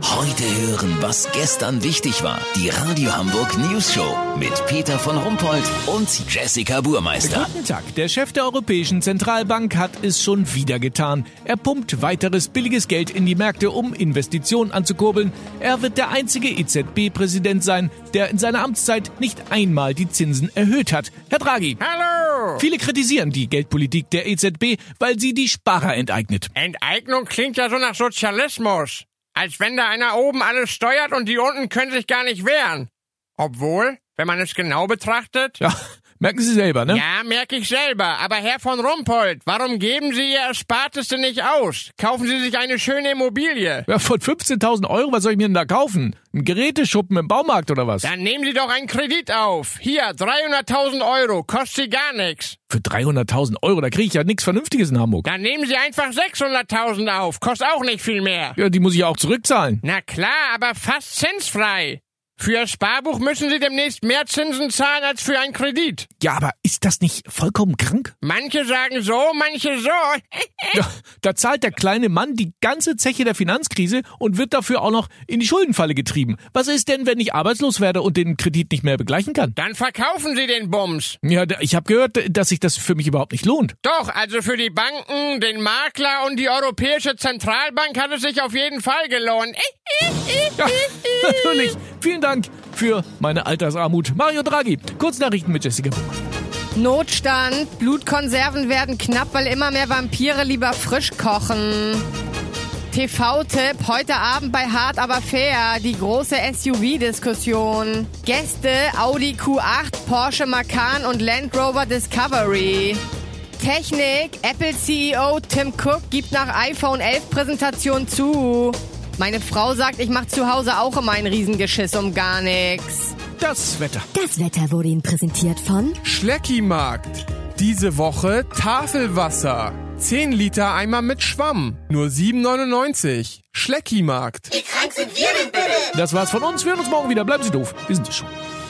Heute hören, was gestern wichtig war. Die Radio Hamburg News Show mit Peter von Rumpold und Jessica Burmeister. Guten Tag. Der Chef der Europäischen Zentralbank hat es schon wieder getan. Er pumpt weiteres billiges Geld in die Märkte, um Investitionen anzukurbeln. Er wird der einzige EZB-Präsident sein, der in seiner Amtszeit nicht einmal die Zinsen erhöht hat. Herr Draghi. Hallo! Viele kritisieren die Geldpolitik der EZB, weil sie die Sparer enteignet. Enteignung klingt ja so nach Sozialismus. Als wenn da einer oben alles steuert und die unten können sich gar nicht wehren. Obwohl, wenn man es genau betrachtet. Ja, merken Sie selber, ne? Ja, merke ich selber. Aber Herr von Rumpold, warum geben Sie Ihr Erspartes denn nicht aus? Kaufen Sie sich eine schöne Immobilie. Ja, von 15.000 Euro, was soll ich mir denn da kaufen? Ein Geräteschuppen im Baumarkt oder was? Dann nehmen Sie doch einen Kredit auf. Hier, 300.000 Euro, kostet Sie gar nichts. Für 300.000 Euro, da kriege ich ja nichts Vernünftiges in Hamburg. Dann nehmen Sie einfach 600.000 auf, kostet auch nicht viel mehr. Ja, die muss ich ja auch zurückzahlen. Na klar, aber fast zinsfrei. Für Ihr Sparbuch müssen Sie demnächst mehr Zinsen zahlen als für einen Kredit. Ja, aber ist das nicht vollkommen krank? Manche sagen so, manche so. Ja, da zahlt der kleine Mann die ganze Zeche der Finanzkrise und wird dafür auch noch in die Schuldenfalle getrieben. Was ist denn, wenn ich arbeitslos werde und den Kredit nicht mehr begleichen kann? Dann verkaufen Sie den Bums. Ja, da- ich habe gehört, dass sich das für mich überhaupt nicht lohnt. Doch, also für die Banken, den Makler und die Europäische Zentralbank hat es sich auf jeden Fall gelohnt. Ja, natürlich. Vielen Dank für meine Altersarmut. Mario Draghi. Kurznachrichten mit Jessica. Buchmann. Notstand. Blutkonserven werden knapp, weil immer mehr Vampire lieber frisch kochen. TV-Tipp, heute Abend bei Hart aber fair, die große SUV-Diskussion. Gäste, Audi Q8, Porsche Macan und Land Rover Discovery. Technik, Apple CEO Tim Cook gibt nach iPhone 11 Präsentation zu. Meine Frau sagt, ich mache zu Hause auch immer ein Riesengeschiss um gar nichts. Das Wetter. Das Wetter wurde Ihnen präsentiert von Schleckimarkt. Diese Woche Tafelwasser. 10 Liter Eimer mit Schwamm. Nur 7,99. Schleckimarkt. Das war's von uns. Wir hören uns morgen wieder. Bleiben Sie doof. Wir sind es schon.